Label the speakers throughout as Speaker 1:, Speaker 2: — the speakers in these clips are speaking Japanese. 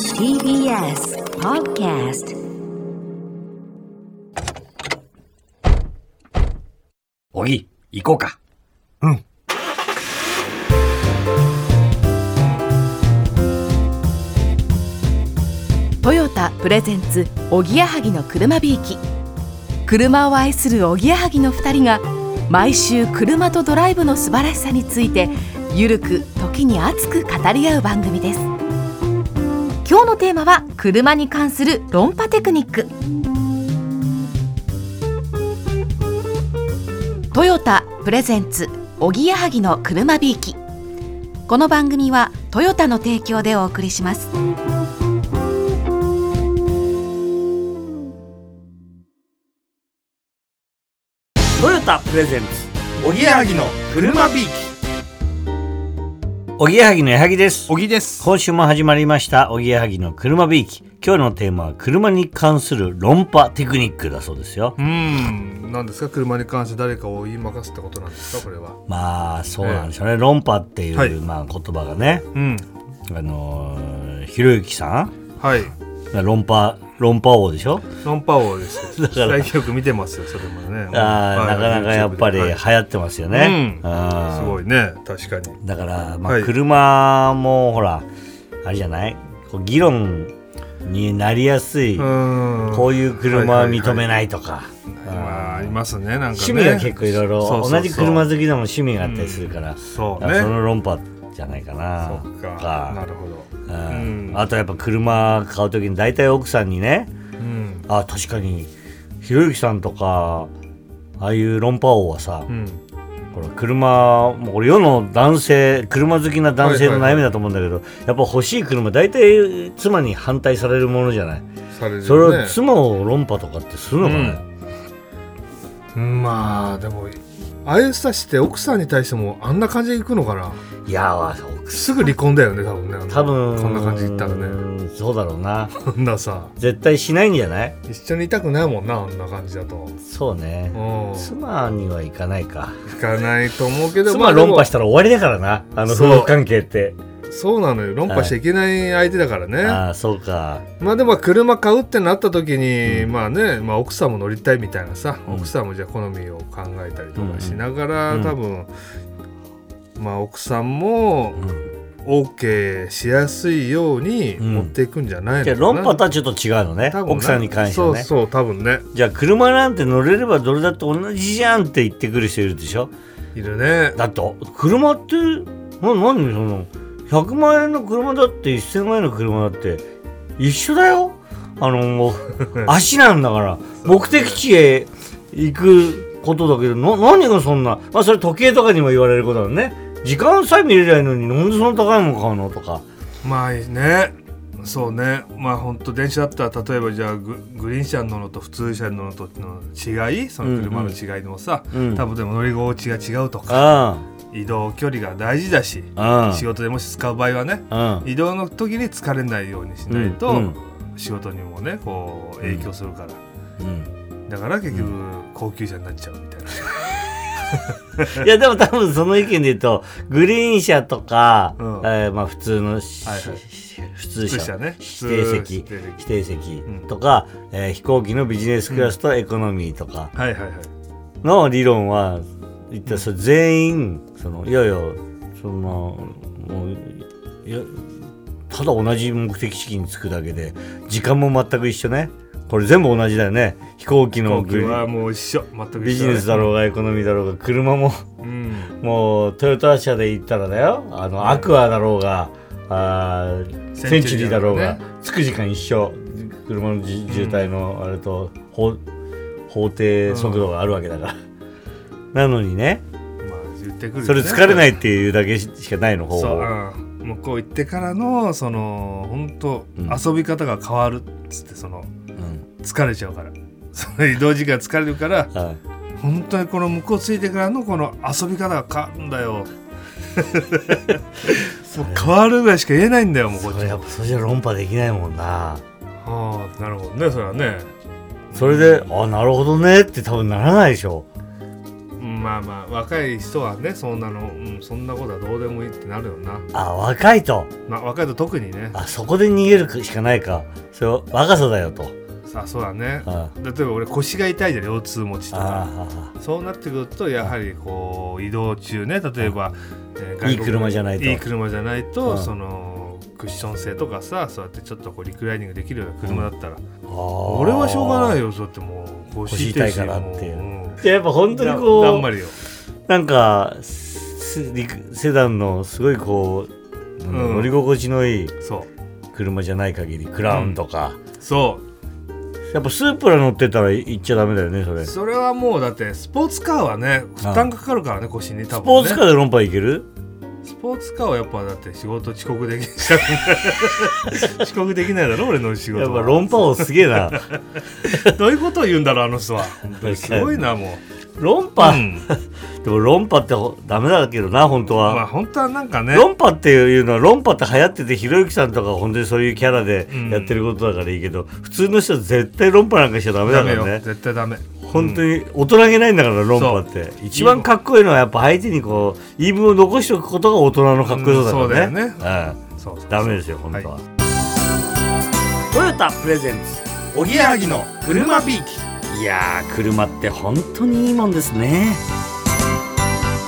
Speaker 1: TBS Podcast
Speaker 2: おぎ、行こうか。
Speaker 3: トヨタプレゼンツおぎやはぎの車びいき車を愛するおぎやはぎの2人が毎週車とドライブの素晴らしさについてゆるく時に熱く語り合う番組です今日のテーマは車に関する論破テクニックトヨタプレゼンツおぎやはぎの車びいきこの番組はトヨタの提供でお送りします
Speaker 2: トヨタプレゼンツ、
Speaker 4: おぎやはぎの車ビーキ
Speaker 2: おぎやはぎのやはぎです。
Speaker 4: おぎです
Speaker 2: 今週も始まりました、おぎやはぎの車びいき。今日のテーマは、車に関する論破テクニックだそうですよ。
Speaker 4: うーん何ですか車に関して誰かを言い負かすってことなんですかこれは
Speaker 2: まあ、そうなんでしょうね。論破っていう、
Speaker 4: はい
Speaker 2: まあ、言葉がね、
Speaker 4: うん
Speaker 2: あのーひろゆきさん
Speaker 4: はい
Speaker 2: が論破、論破王でしょ
Speaker 4: ロンパオ ですよ
Speaker 2: から
Speaker 4: 最近よく見てますよそれもね
Speaker 2: あーなかなかやっぱり流
Speaker 4: はい
Speaker 2: 行ってますよね。
Speaker 4: うん
Speaker 2: あー
Speaker 4: すごいね確かに
Speaker 2: だから、ま
Speaker 4: は
Speaker 2: あ、
Speaker 4: い
Speaker 2: 車もほらあれじゃないこう議論になりやすい、
Speaker 4: うーん
Speaker 2: こういう車は認め
Speaker 4: い
Speaker 2: ないとか、
Speaker 4: はいはいまあありますねなんかね
Speaker 2: 趣味が結構いろい
Speaker 4: そう
Speaker 2: ろ
Speaker 4: そうそう
Speaker 2: 同じ車好きでも趣味があったりするから、
Speaker 4: そう
Speaker 2: だからそ
Speaker 4: ね
Speaker 2: の論破じゃないか
Speaker 4: そ
Speaker 2: な
Speaker 4: っか
Speaker 2: か
Speaker 4: なるほど
Speaker 2: うん
Speaker 4: うん
Speaker 2: あとやっぱ車買う時に大体奥さんにね
Speaker 4: うん
Speaker 2: あ確かにひろゆきさんとかああいう論破王はさ、
Speaker 4: うん
Speaker 2: これ車もうこれ世の男性車好きな男性の
Speaker 4: はいはいはい
Speaker 2: 悩みだと思うんだけど、やっぱ欲しい車大体妻に反対されるものじゃない、
Speaker 4: されるね
Speaker 2: それを妻を論破とかってするのかね、
Speaker 4: まあでもああいう人たちって奥さんに対してもあんな感じでいくのかない
Speaker 2: やわ
Speaker 4: すぐ離婚だよね多分ねあの
Speaker 2: 多分
Speaker 4: こんな感じで言ったらね
Speaker 2: そうだろうな
Speaker 4: こんなさ
Speaker 2: 絶対しないんじゃない
Speaker 4: 一緒にいたくないもんなあんな感じだと
Speaker 2: そうね
Speaker 4: う、ん
Speaker 2: 妻にはいかないか
Speaker 4: いかないと思うけど
Speaker 2: 妻論破したたら終わりだからなあの
Speaker 4: そう
Speaker 2: 夫婦関係って
Speaker 4: そうなのよ論破しちゃいけない相手だからね、
Speaker 2: ああそうか
Speaker 4: まあでも車買うってなった時に、まあね、まあ、奥さんも乗りたいみたいなさ、
Speaker 2: うん
Speaker 4: 奥さんもじゃあ好みを考えたりと
Speaker 2: うんうん
Speaker 4: かしながら、
Speaker 2: うん
Speaker 4: 多分まあ奥さんも OK しやすいように
Speaker 2: うん
Speaker 4: 持っていくんじゃないの
Speaker 2: じ
Speaker 4: か
Speaker 2: ゃあ
Speaker 4: な、
Speaker 2: 論破とはちょっと違うのね
Speaker 4: 多分ね
Speaker 2: 奥さんに関してはね
Speaker 4: そうそう多分ね
Speaker 2: じゃあ車なんて乗れればどれだって同じじゃんって言ってくる人いるでしょ
Speaker 4: いるね
Speaker 2: だって車ってな何その100万円の車だって1000万円の車だって一緒だよあのもう足なんだから目的地へ行くことだけどな何がそんなまあそれ時計とかにも言われることだね時間さえ見れりゃいいのになんでそんな高いもん買うのとか
Speaker 4: まあねそうねまあ本当電車だったら例えばじゃあググリーン車に乗るのと普通車に乗るのとの違いその車の違いでもさ、
Speaker 2: うんうん
Speaker 4: 多分でも乗り心地が違うとか
Speaker 2: あ
Speaker 4: 移動距離が大事だし
Speaker 2: あうん
Speaker 4: 仕事でもし使う場合はね
Speaker 2: うん
Speaker 4: 移動の時に疲れないようにしないと、
Speaker 2: うん
Speaker 4: 仕事にもねこう影響するから、
Speaker 2: うん
Speaker 4: だから結局高級車になっちゃうみたいな、
Speaker 2: いやでも多分その意見で言うとグリーン車とか、
Speaker 4: うん
Speaker 2: えーまあ普通のし、
Speaker 4: はいはい
Speaker 2: し普通
Speaker 4: 普通
Speaker 2: 車
Speaker 4: 車ね
Speaker 2: 指定席
Speaker 4: 普通指定
Speaker 2: 指
Speaker 4: 席
Speaker 2: 定席
Speaker 4: うん
Speaker 2: とか、えー飛行機のビジネスクラスとエコノミーとか
Speaker 4: はいはいはい
Speaker 2: の理論は言ったらそれ全員そのいやいやそんなもういやただ同じ目的地に着くだけで時間も全く一緒ねこれ全部同じだよね飛行機
Speaker 4: 飛
Speaker 2: の
Speaker 4: 行
Speaker 2: グ
Speaker 4: 機
Speaker 2: リ
Speaker 4: はもう一緒全く一緒、
Speaker 2: ビジネスだろうがエコノミーだろうが車も
Speaker 4: うん
Speaker 2: もうトヨタ車で行ったらだよあの、アクアだろうがあーセ
Speaker 4: セ
Speaker 2: ン
Speaker 4: ン
Speaker 2: チ
Speaker 4: チ
Speaker 2: ュ
Speaker 4: ュ
Speaker 2: リ
Speaker 4: リ
Speaker 2: ー
Speaker 4: ー
Speaker 2: だ
Speaker 4: だ
Speaker 2: ろ
Speaker 4: ろ
Speaker 2: う
Speaker 4: う
Speaker 2: が
Speaker 4: が
Speaker 2: 着く時間一緒車のじ渋滞のあれと、法法定速度があるわけだから、なのにね
Speaker 4: まあ言ってくるよね
Speaker 2: それ疲れないっていうだけしかないの方
Speaker 4: そう、
Speaker 2: 法
Speaker 4: うん、向こう行ってからのその本当、
Speaker 2: うん
Speaker 4: 遊び方が変わるっつってその
Speaker 2: うん
Speaker 4: 疲れちゃうから その移動時間疲れるから
Speaker 2: はい
Speaker 4: 本当にこの向こう着いてからのこの遊び方が変わるんだよもう変わるぐらいしか言えないんだよもうこっ
Speaker 2: そ
Speaker 4: ち
Speaker 2: れやっぱそれじゃ論破できないもんな
Speaker 4: ああなるほどねそれはね
Speaker 2: それで、あなるほどねって多分ならないでしょ
Speaker 4: うんうんまあまあ若い人はねそんなの、うん、そんなことはどうでもいいってなるよな、
Speaker 2: あ若いと
Speaker 4: まあ、若いと特にね
Speaker 2: あそこで逃げるしかないかそれは若さだよと
Speaker 4: さあそうだね
Speaker 2: あ
Speaker 4: 例えば俺腰が痛いじゃん腰痛持ち
Speaker 2: あ
Speaker 4: とか
Speaker 2: あ
Speaker 4: そうなってくるとやはりこう移動中ね例えば、えー
Speaker 2: いい車じゃないと
Speaker 4: いい車じゃないと、
Speaker 2: うん
Speaker 4: そのクッション性とかさそうやってちょっとこうリクライニングできるような車だったら、
Speaker 2: 俺
Speaker 4: 俺はしょうがない
Speaker 2: よ
Speaker 4: よそうやってもう腰痛い
Speaker 2: 腰
Speaker 4: し
Speaker 2: 痛いからっていう
Speaker 4: もうん
Speaker 2: やっぱ本当にこう
Speaker 4: だんまりよ、
Speaker 2: なんかすリクセダンのすごいこう、なんだろう
Speaker 4: うん
Speaker 2: 乗り心地のいい
Speaker 4: そう
Speaker 2: 車じゃない限りクラウンとか、
Speaker 4: そう
Speaker 2: やっぱスープラ乗ってたら行っちゃダメだよねそれス
Speaker 4: それはもうだってスポーツカーはね負担かかるからね腰に多
Speaker 2: ポ
Speaker 4: 分
Speaker 2: ー
Speaker 4: ね
Speaker 2: ツカーで論破行ける
Speaker 4: スポーツカーはやっぱだって仕事遅刻でき ない遅刻できないだろ俺の仕事
Speaker 2: やっぱ
Speaker 4: は
Speaker 2: 論破王すげえな
Speaker 4: どういうことを言うんだろうあの 人は本当にすごいなも
Speaker 2: 論
Speaker 4: う、う
Speaker 2: 破、
Speaker 4: ん、
Speaker 2: でも論破ってほダメだけどな本当は、
Speaker 4: まあ本当はなんかね
Speaker 2: 論破っていうのは論破って流行っててひろゆきさんとか本当にそういうキャラで
Speaker 4: うん
Speaker 2: やってることだからいいけど、普通の人は絶対論破なんかしちゃダメだ
Speaker 4: ダ
Speaker 2: か
Speaker 4: メよ
Speaker 2: らね
Speaker 4: 絶対ダメ
Speaker 2: 本当に大人げないんだから論破って一番かっこいいのはやっぱ相手にこう言い分を残しておくことが大人のかっこよさだからね,、
Speaker 4: うんそうだ
Speaker 2: ね、
Speaker 4: そうそうそう
Speaker 2: ダメですよ本当は、
Speaker 4: は
Speaker 2: トヨタプレゼンツおぎやはぎの車ビーキいやー車って本当にいいもんですね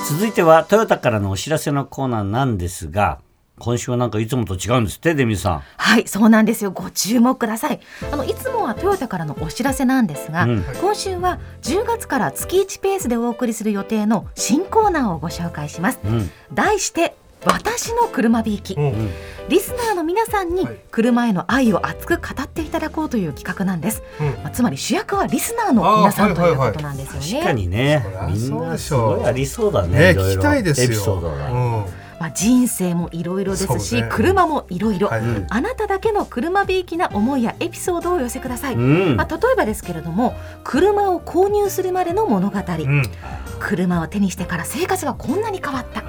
Speaker 2: 続いてはトヨタからのお知らせのコーナーなんですが今週はなんかいつもと違うんですってデミさん
Speaker 1: はい、そうなんですよ。ご注目ください。あのいつもはトヨタからのお知らせなんですが、
Speaker 2: うん
Speaker 1: 今週は10月から月1ペースでお送りする予定の新コーナーをご紹介します。
Speaker 2: うん
Speaker 1: 題して私の車びいき
Speaker 4: う。ん
Speaker 2: うん
Speaker 1: リスナーの皆さんに
Speaker 4: はい
Speaker 1: 車への愛を熱く語っていただこうという企画なんです。
Speaker 4: うん
Speaker 1: まあ、つまり主役はリスナーの皆さん
Speaker 4: あー
Speaker 1: と
Speaker 4: はい
Speaker 1: い
Speaker 4: は
Speaker 1: う
Speaker 4: いは
Speaker 1: こ
Speaker 4: い
Speaker 1: となんですよね。
Speaker 2: 確かにね
Speaker 4: そりゃ
Speaker 2: みん
Speaker 4: そう
Speaker 2: な
Speaker 4: ですしょう
Speaker 2: ごいありそうだね
Speaker 4: ね
Speaker 2: いろ
Speaker 4: 聞きたいですよ
Speaker 2: エピソードが、
Speaker 4: うん
Speaker 1: まあ、人生もいろいろです
Speaker 4: そう
Speaker 1: し、
Speaker 4: ね
Speaker 1: 車もいろいろ。
Speaker 4: はいはい
Speaker 1: あなただけの車びいきな思いやエピソードをお寄せください。
Speaker 2: うん
Speaker 1: まあ、例えばですけれども車を購入するまでの物語、
Speaker 4: うん
Speaker 1: 車を手にしてから生活がこんなに変わった
Speaker 2: あ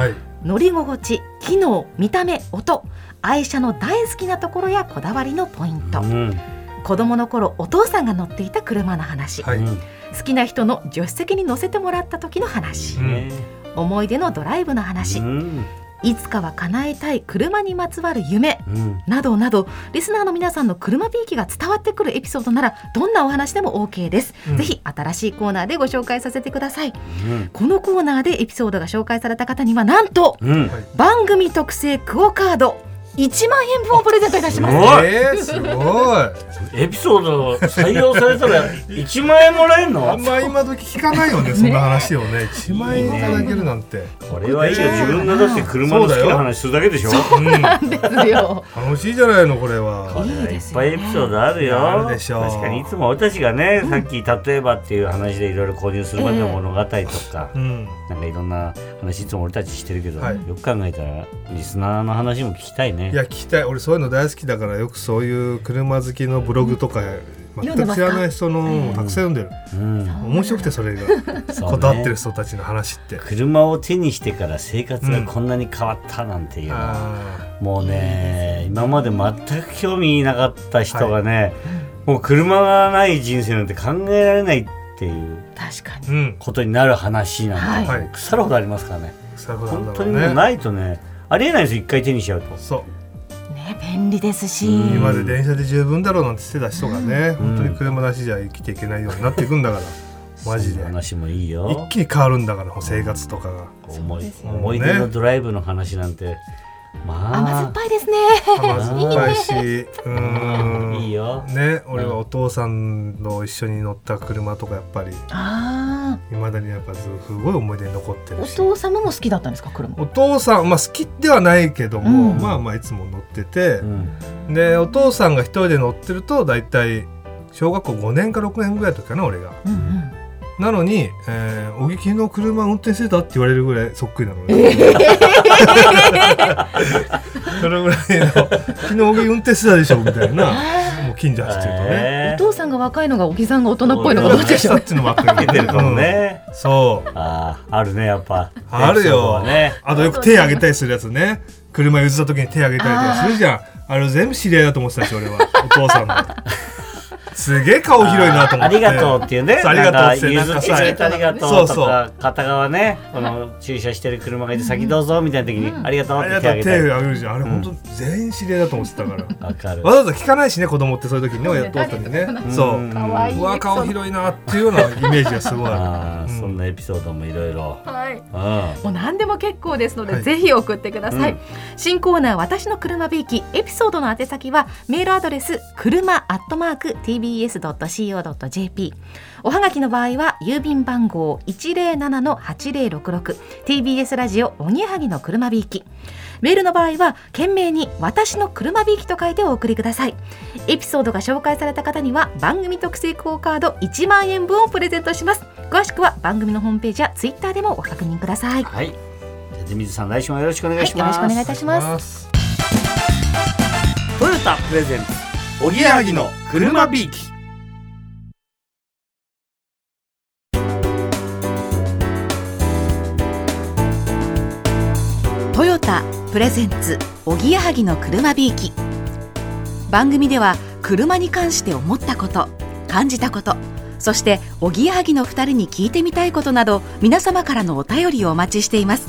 Speaker 4: はい
Speaker 1: 乗り心地機能見た目音愛車の大好きなところやこだわりのポイン
Speaker 2: ー
Speaker 1: ト、
Speaker 2: うん
Speaker 1: 子供の頃お父さんが乗っていた車の話、
Speaker 4: はい
Speaker 2: うん
Speaker 1: 好きな人の助手席に乗せてもらった時の話、
Speaker 4: うん
Speaker 2: ね
Speaker 1: 思い出のドライブの話、
Speaker 2: うん
Speaker 1: いつかは叶えたい車にまつわる夢
Speaker 2: うん
Speaker 1: などなどリスナーの皆さんの車びいきが伝わってくるエピソードならどんなお話でも OK です、
Speaker 4: うん
Speaker 1: ぜひ新しいコーナーでご紹介させてください
Speaker 2: うん
Speaker 1: このコーナーでエピソードが紹介された方にはなんと
Speaker 2: うん
Speaker 1: 番組特製クオカード1万円分をプレゼントいたします
Speaker 2: すごい
Speaker 4: えー、すごい
Speaker 2: エピソード採用されたら1万円もらえる
Speaker 4: あ
Speaker 2: の
Speaker 4: んま今時聞かないよねそんな話をね1万円いただけるなんて
Speaker 2: これはいいよ
Speaker 4: ね
Speaker 2: 自分がだって車の好きな話するだけでしょ
Speaker 4: うん
Speaker 1: ですよ
Speaker 4: 楽しいじゃないのこれは。
Speaker 1: いい
Speaker 2: い
Speaker 1: で
Speaker 2: っ
Speaker 1: すよ
Speaker 2: ぱ
Speaker 1: ね
Speaker 2: いエピソードあるよ
Speaker 4: あるでしょう
Speaker 2: 確かにいつも俺たちがね、さっき例えばっていう話でいろいろ購入するまでの物語とか、
Speaker 4: うん、
Speaker 2: なんかいろんな話いつも俺たちしてるけど、
Speaker 4: はい
Speaker 2: よく考えたらリスナーの話も聞きたいね
Speaker 4: いや聞きたい俺そういうの大好きだからよくそういう車好きのブログとか全く知らない人のたくさん読んでる、
Speaker 2: うん
Speaker 4: 面白くてそれが
Speaker 2: そうね
Speaker 4: こだわってる人たちの話って、
Speaker 2: 車を手にしてから生活がこんなに変わったなんていうのは、
Speaker 4: あ
Speaker 2: もうね今まで全く興味なかった人がね、もう車がない人生なんて考えられないっていう
Speaker 1: 確かに
Speaker 4: ーうん
Speaker 2: ことになる話なんて、
Speaker 4: はい
Speaker 2: 腐るほどありますからね
Speaker 4: そういうことなん
Speaker 2: 本
Speaker 4: だ
Speaker 2: 当
Speaker 4: ろう
Speaker 2: にもう
Speaker 4: ね
Speaker 2: ないとねありえないですよ一回手にしちゃうと
Speaker 4: そう
Speaker 1: ね便利ですし、
Speaker 2: うん
Speaker 4: 今まで電車で十分だろうなんてしてた人がね、
Speaker 2: ん
Speaker 4: 本当に車なしじゃ生きていけないようになっていく んだからマジ
Speaker 2: そ
Speaker 4: で
Speaker 2: の話もいいよ
Speaker 4: 一気に変わるんだから生活とかが
Speaker 2: 思い,、
Speaker 4: ね
Speaker 2: 思い出のドライブの話なんて
Speaker 1: 甘酸
Speaker 2: ま
Speaker 1: っぱいですね
Speaker 4: 甘酸っぱいし
Speaker 2: あ
Speaker 4: うーん
Speaker 2: いいよ
Speaker 4: ね俺はお父さんと一緒に乗った車とかやっぱり
Speaker 1: あ
Speaker 4: いまだにやっぱすごい思い出に残って
Speaker 1: ーお
Speaker 4: るし
Speaker 1: 父様も好きだったんですか車
Speaker 4: お父さんまあ好きではないけども、
Speaker 1: うん
Speaker 4: まあまあいつも乗ってて
Speaker 2: う、ん
Speaker 4: でお父さんが一人で乗ってると大体小学校5年か6年ぐらいの時かな俺が
Speaker 1: うんうん
Speaker 4: なのに「えー、小木昨日車運転してた?」って言われるぐらいそっくりなのね、それぐらいの「昨日小木運転してたでしょ」み たいなもう近所走ってるとね。
Speaker 1: お父さんが若いのがお木さんが大人っぽいのがどっちでしょ
Speaker 4: そうっちの枠に
Speaker 2: えー出てるかもね、
Speaker 4: うんそう
Speaker 2: あーあるねやっぱ
Speaker 4: ある
Speaker 2: エピソード
Speaker 4: よ
Speaker 2: は、ね
Speaker 4: あとよく手あげたりするやつね車 譲った時に手あげたりとかするじゃんあれ全部知り合いだと思ってたし俺はお父さんのすげえ顔広いなと思
Speaker 2: あ
Speaker 4: って
Speaker 2: りがとうっていうね。
Speaker 4: そうありがとうっていう
Speaker 2: なんか譲ってくれてありがと
Speaker 4: そうう
Speaker 2: と
Speaker 4: そ
Speaker 2: か
Speaker 4: う、
Speaker 2: 片側ね、この駐車してる車がいて先どうぞみたいな時に、ありがとう
Speaker 4: あ
Speaker 2: っ
Speaker 4: り
Speaker 2: て
Speaker 4: が
Speaker 2: 手
Speaker 4: と
Speaker 2: あ
Speaker 4: う
Speaker 2: げ
Speaker 4: 手
Speaker 2: た
Speaker 4: 挙げ
Speaker 2: り。
Speaker 4: るじゃんあれ本当全員知り合いだと思ってたから
Speaker 2: わかる
Speaker 4: わ。ざわざ聞かないしね子供ってそういう時にね親通ったりねそ
Speaker 2: うん
Speaker 4: う
Speaker 5: 可愛いう
Speaker 4: わ顔広いなっていうようなイメージがすごいあ
Speaker 2: ああ、そんなエピソードもいろいろ。
Speaker 5: はい
Speaker 2: うん。
Speaker 5: もう何でも結構ですので、
Speaker 4: はい
Speaker 5: ぜひ送ってください、
Speaker 2: うん
Speaker 6: 新コーナー私の車びいきエピソードの宛先はメールアドレス車アットマーク tbs.co.jp おはがきの場合は郵便番号 107-8066TBS ラジオおぎやはぎの車びいきメールの場合は懸命に私の車びいきと書いてお送りくださいエピソードが紹介された方には番組特製クオカード1万円分をプレゼントします詳しくは番組のホームページやツイッターでもご確認ください
Speaker 2: はい。じゃあ出水さん、来週もよろしくお願いし
Speaker 6: よろ
Speaker 2: ま
Speaker 6: し
Speaker 2: す。
Speaker 6: くお願いいたします
Speaker 4: す
Speaker 2: トヨタプレゼンツ、おぎやはぎの車ビーキ。
Speaker 1: トヨタプレゼンツおぎやはぎの車びいき番組では車に関して思ったこと感じたことそしておぎやはぎの2人に聞いてみたいことなど皆様からのお便りをお待ちしています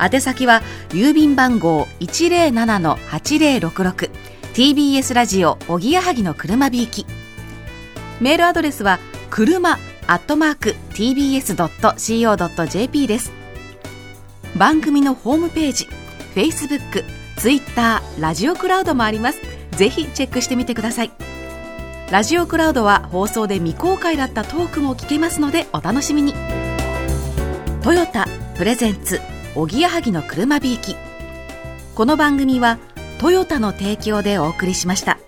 Speaker 1: 宛先は郵便番号 107-8066TBS ラジオおぎやはぎの車びいきメールアドレスは車アットマーク TBS.CO.jp です番組のホームページ Facebook、Twitter、ラジオクラウドもありますぜひチェックしてみてくださいラジオクラウドは放送で未公開だったトークも聞けますのでお楽しみにトヨタプレゼンツおぎやはぎの車びいきこの番組はトヨタの提供でお送りしました